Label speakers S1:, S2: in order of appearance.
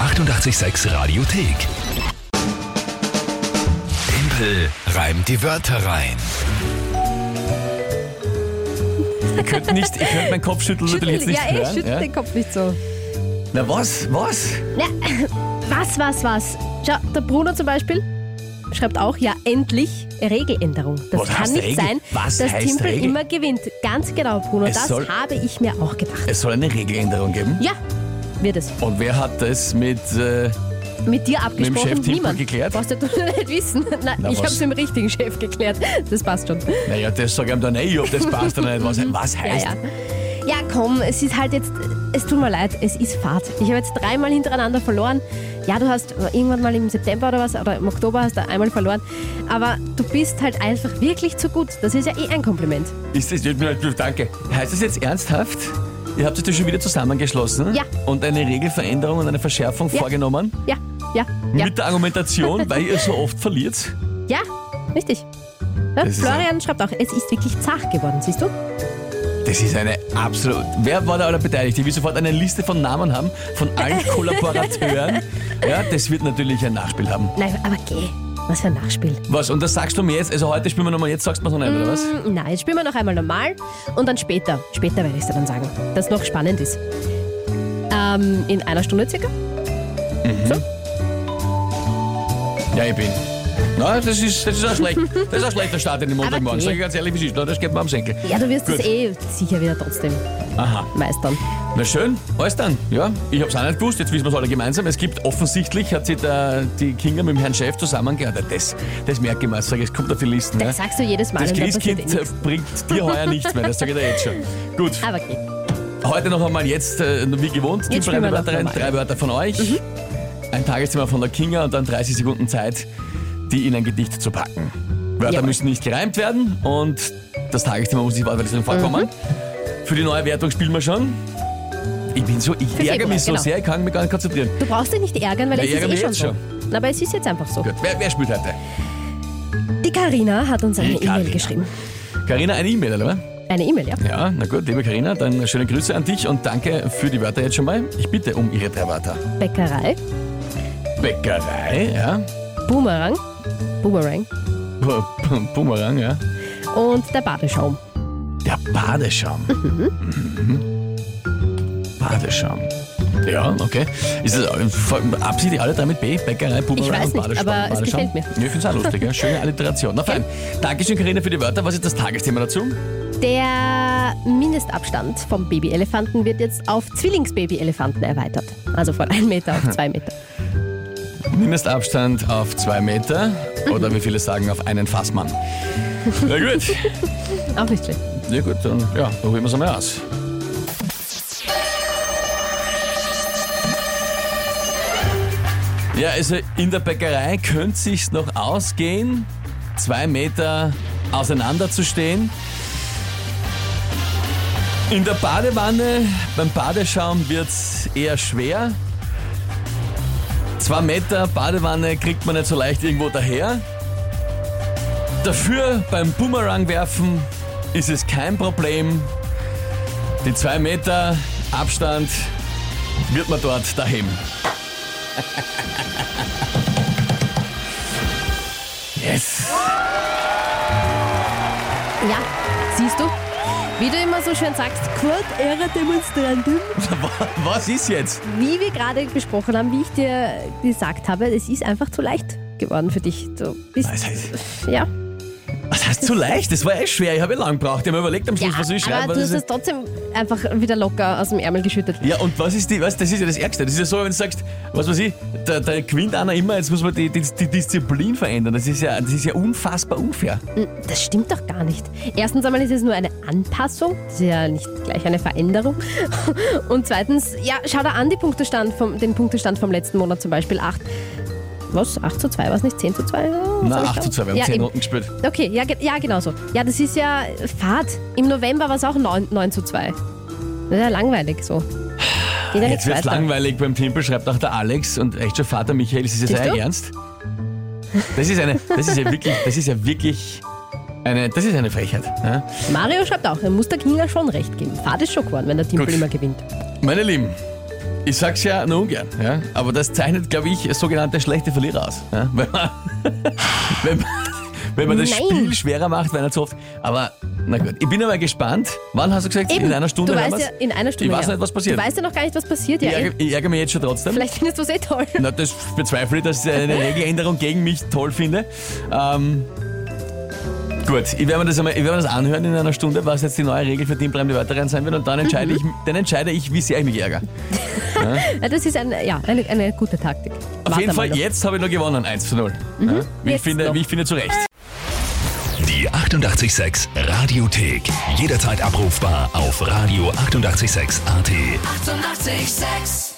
S1: 886 Radiothek. Tempel reimt die Wörter rein.
S2: Ihr könnt nicht, ihr könnt meinen Kopf schütteln
S3: Schüttel,
S2: natürlich jetzt nicht
S3: ja, eh, ey,
S2: hören.
S3: schüttel
S2: ja?
S3: den Kopf nicht so.
S2: Na was, was?
S3: Na, was, was, was? Schau, der Bruno zum Beispiel schreibt auch, ja, endlich Regeländerung. Das
S2: Was
S3: kann
S2: heißt
S3: nicht
S2: Regel?
S3: sein,
S2: Was
S3: dass
S2: heißt
S3: Timpel
S2: Regel?
S3: immer gewinnt. Ganz genau, Bruno,
S2: Es
S3: das
S2: soll-
S3: habe ich mir auch gedacht.
S2: Es soll eine Regeländerung geben.
S3: Ja, wird es.
S2: Und wer hat das mit äh,
S3: Mit
S2: dem
S3: dir
S2: Chef
S3: abgesprochen,
S2: Timpel
S3: niemand.
S2: geklärt?
S3: Brauchst ja du nicht wissen. Nein,
S2: Na, was?
S3: ich habe es dem richtigen Chef geklärt. Das passt schon.
S2: Naja, das sag ich ihm dann, ey, ob das passt oder nicht. Was, was
S3: Ja,
S2: heißt?
S3: ja. Ja, komm, es ist halt jetzt, es tut mir leid, es ist Fahrt. Ich habe jetzt dreimal hintereinander verloren. Ja, du hast irgendwann mal im September oder was, oder im Oktober hast du einmal verloren. Aber du bist halt einfach wirklich zu gut. Das ist ja eh ein Kompliment.
S2: Ist das, danke. Heißt das jetzt ernsthaft? Ihr habt euch das schon wieder zusammengeschlossen
S3: Ja.
S2: und eine Regelveränderung und eine Verschärfung
S3: Ja.
S2: vorgenommen
S3: Ja, ja, ja.
S2: mit der Argumentation, weil ihr so oft verliert.
S3: Ja, richtig. Ja,
S2: Das ist
S3: Florian schreibt auch, es ist wirklich zart geworden, siehst du?
S2: Das ist eine absolut. Wer war da alle beteiligt? Ich will sofort eine Liste von Namen haben, von allen Kollaborateuren. Ja, das wird natürlich ein Nachspiel haben.
S3: Nein, aber geh. Was für ein Nachspiel.
S2: Was, und das sagst du mir jetzt? Also heute spielen wir nochmal, jetzt sagst du mir noch nicht, oder was?
S3: Hm, Nein, jetzt spielen wir noch einmal normal und dann später. Später werde ich es dir dann sagen, dass noch spannend ist. Ähm, in einer Stunde circa. Mhm.
S2: Ja, ich bin. Na, das ist, das ist, ein, schlecht, das ist ein schlechter Start in den Montagmorgen.
S3: Aber geh.
S2: Sag ich ganz ehrlich, wie es ist. Na, Das geht mir am Senkel.
S3: Ja, du wirst
S2: Gut.
S3: es eh sicher wieder trotzdem
S2: Aha.
S3: meistern.
S2: Na schön, alles dann. Ja, ich hab's auch nicht gewusst, jetzt wissen wir's alle gemeinsam. Es gibt offensichtlich, hat sich der, die Kinga mit dem Herrn Chef zusammengearbeitet. Das, das merke ich mir, sag ich, es kommt auf die Listen. ne?
S3: Das
S2: ja.
S3: sagst du jedes Mal.
S2: Das
S3: und dann passiert
S2: Christkind
S3: eh nichts.
S2: bringt dir heuer nichts mehr, das sage ich dir jetzt schon. Gut,
S3: Aber okay.
S2: heute noch einmal jetzt, äh, wie gewohnt, die
S3: Jetzt spielen
S2: drei
S3: wir noch Mhm.
S2: Wörter rein,
S3: normal.
S2: drei Wörter von euch, ein Tageszimmer von der Kinga und dann 30 Sekunden Zeit, die in ein Gedicht zu packen. Wörter
S3: Jawohl.
S2: müssen nicht gereimt werden und das Tageszimmer muss nicht
S3: Mhm.
S2: wortwörtlich drin vorkommen. Für die neue Wertung spielen wir schon. Ich bin so, ich ärgere
S3: Februar,
S2: mich so
S3: genau.
S2: sehr, ich kann mich gar nicht konzentrieren.
S3: Du brauchst dich nicht ärgern, weil
S2: Na,
S3: es ist
S2: ärgere
S3: eh
S2: mich
S3: schon
S2: jetzt
S3: so. Na, Aber es ist jetzt einfach so.
S2: Gut, wer, wer spielt heute?
S3: Die Karina hat uns eine
S2: Die Carina.
S3: E-Mail geschrieben.
S2: Karina, eine E-Mail, oder? was?
S3: Eine E-Mail, ja.
S2: Ja, na gut, liebe Karina, dann schöne Grüße an dich und danke für die Wörter jetzt schon mal. Ich bitte um Ihre drei Wörter.
S3: Bäckerei,
S2: Bäckerei, ja.
S3: Boomerang, Boomerang
S2: Bu- Bu- Boomerang, ja.
S3: und der Badeschaum.
S2: Der Badeschaum. Mhm. Badeschaum. Ja, okay. Ist das absichtlich alle drei mit B? Bäckerei, Boomerang
S3: Ich weiß
S2: und
S3: nicht,
S2: Badeschaum.
S3: aber es
S2: Badeschaum?
S3: gefällt mir.
S2: Ja, ich finde es auch lustig, ja. Schöne Alliteration. Na fein. Dankeschön, Karina, für die Wörter. Was ist das Tagesthema dazu?
S3: Der Mindestabstand vom Babyelefanten wird jetzt auf Zwillingsbabyelefanten erweitert. Also von 1 Meter auf 2 Meter.
S2: Mindestabstand auf zwei Meter oder wie viele sagen, auf einen Fassmann. Na gut.
S3: Auch nicht schlecht.
S2: Ja gut, dann ja, probieren wir es einmal aus. Ja, also in der Bäckerei könnte sich's noch ausgehen, zwei Meter auseinander zu stehen. In der Badewanne, beim Badeschaum wird's eher schwer. Zwei Meter Badewanne kriegt man nicht so leicht irgendwo daher. Dafür beim Boomerang werfen ist es kein Problem. Die zwei Meter Abstand wird man dort daheim. Yes!
S3: Ja, siehst du? Wie du immer so schön sagst, Quod era demonstrandum.
S2: Was ist jetzt?
S3: Wie wir gerade besprochen haben, wie ich dir gesagt habe, es ist einfach zu leicht geworden für dich. Du bist.
S2: Was heißt,
S3: Ja,
S2: was heißt zu leicht? Das war echt schwer. Ich habe ja lang gebraucht. Ich habe mir überlegt am
S3: ja
S2: Schluss, was ich schreibe.
S3: aber
S2: was ich-
S3: du hast es trotzdem einfach wieder locker aus dem Ärmel geschüttet.
S2: Ja, und was ist die, was, das ist ja das Ärgste. Das ist ja so, wenn du sagst, was weiß ich, da, da gewinnt einer immer, jetzt muss man die, die, die Disziplin verändern. Das ist, ja, das ist ja unfassbar unfair.
S3: Hm, Das stimmt doch gar nicht. Erstens einmal ist es nur eine Anpassung, das ist ja nicht gleich eine Veränderung. Und zweitens, ja, schau da an die Punktestand vom, den Punktestand vom letzten Monat zum Beispiel. 8, was? 8 zu 2 war es nicht? 10 zu 2?
S2: Na, 8 zu 2, wir haben
S3: ja,
S2: 10
S3: eben.
S2: Runden gespielt.
S3: Okay, ja, ge- ja genau so. Ja, das ist ja Fahrt. Im November war es auch 9, 9 zu 2. Das ist ja langweilig so. Geht ja
S2: Jetzt
S3: nichts
S2: wird's
S3: weiter.
S2: langweilig beim Tempel, schreibt auch der Alex und echt schon Vater Michael, ist das jetzt
S3: Siehst
S2: euer
S3: du?
S2: Ernst? Das ist eine, das ist ja wirklich, das ist ja wirklich eine, das ist eine Frechheit. Ja?
S3: Mario schreibt auch, er muss der Kinga schon recht geben. Fahrt ist schon geworden, wenn der Timpel
S2: Gut.
S3: immer gewinnt.
S2: Meine Lieben, Ich sag's ja nur ungern, ja? aber das zeichnet, glaube ich, sogenannte schlechte Verlierer aus. Ja? Wenn, man, wenn, man, wenn man das
S3: Nein.
S2: Spiel schwerer macht, wenn er zu oft. Aber na gut, ich bin aber gespannt. Wann hast du gesagt?
S3: Eben,
S2: in einer Stunde?
S3: Du
S2: hören
S3: weißt ja,
S2: wir's?
S3: in einer Stunde.
S2: Ich weiß
S3: ja.
S2: nicht, was passiert.
S3: Du weißt ja noch gar nicht, was passiert. Ja,
S2: ich,
S3: eh.
S2: ärgere, ich ärgere mich jetzt schon trotzdem.
S3: Vielleicht findest du es eh toll.
S2: Na, das bezweifle ich, dass ich eine Regeländerung gegen mich toll finde. Ähm, gut, ich werde mir, das einmal- ich werde mir das anhören in einer Stunde, was jetzt die neue Regel für Teambrem die Wörterin sein wird und
S3: Mhm.
S2: dann entscheide, ich, dann entscheide ich, wie sehr ich mich ärgere.
S3: Ja, das ist ein, ja, eine, eine gute Taktik.
S2: Auf
S3: Warte
S2: jeden
S3: mal
S2: Fall,
S3: noch.
S2: jetzt habe ich nur gewonnen, 1 zu 0. Ja, wie, ich
S3: jetzt
S2: finde,
S3: noch.
S2: wie ich finde, zu Recht.
S1: Die 886 Radiothek. Jederzeit abrufbar auf radio886.at. 886! 886.
S4: 886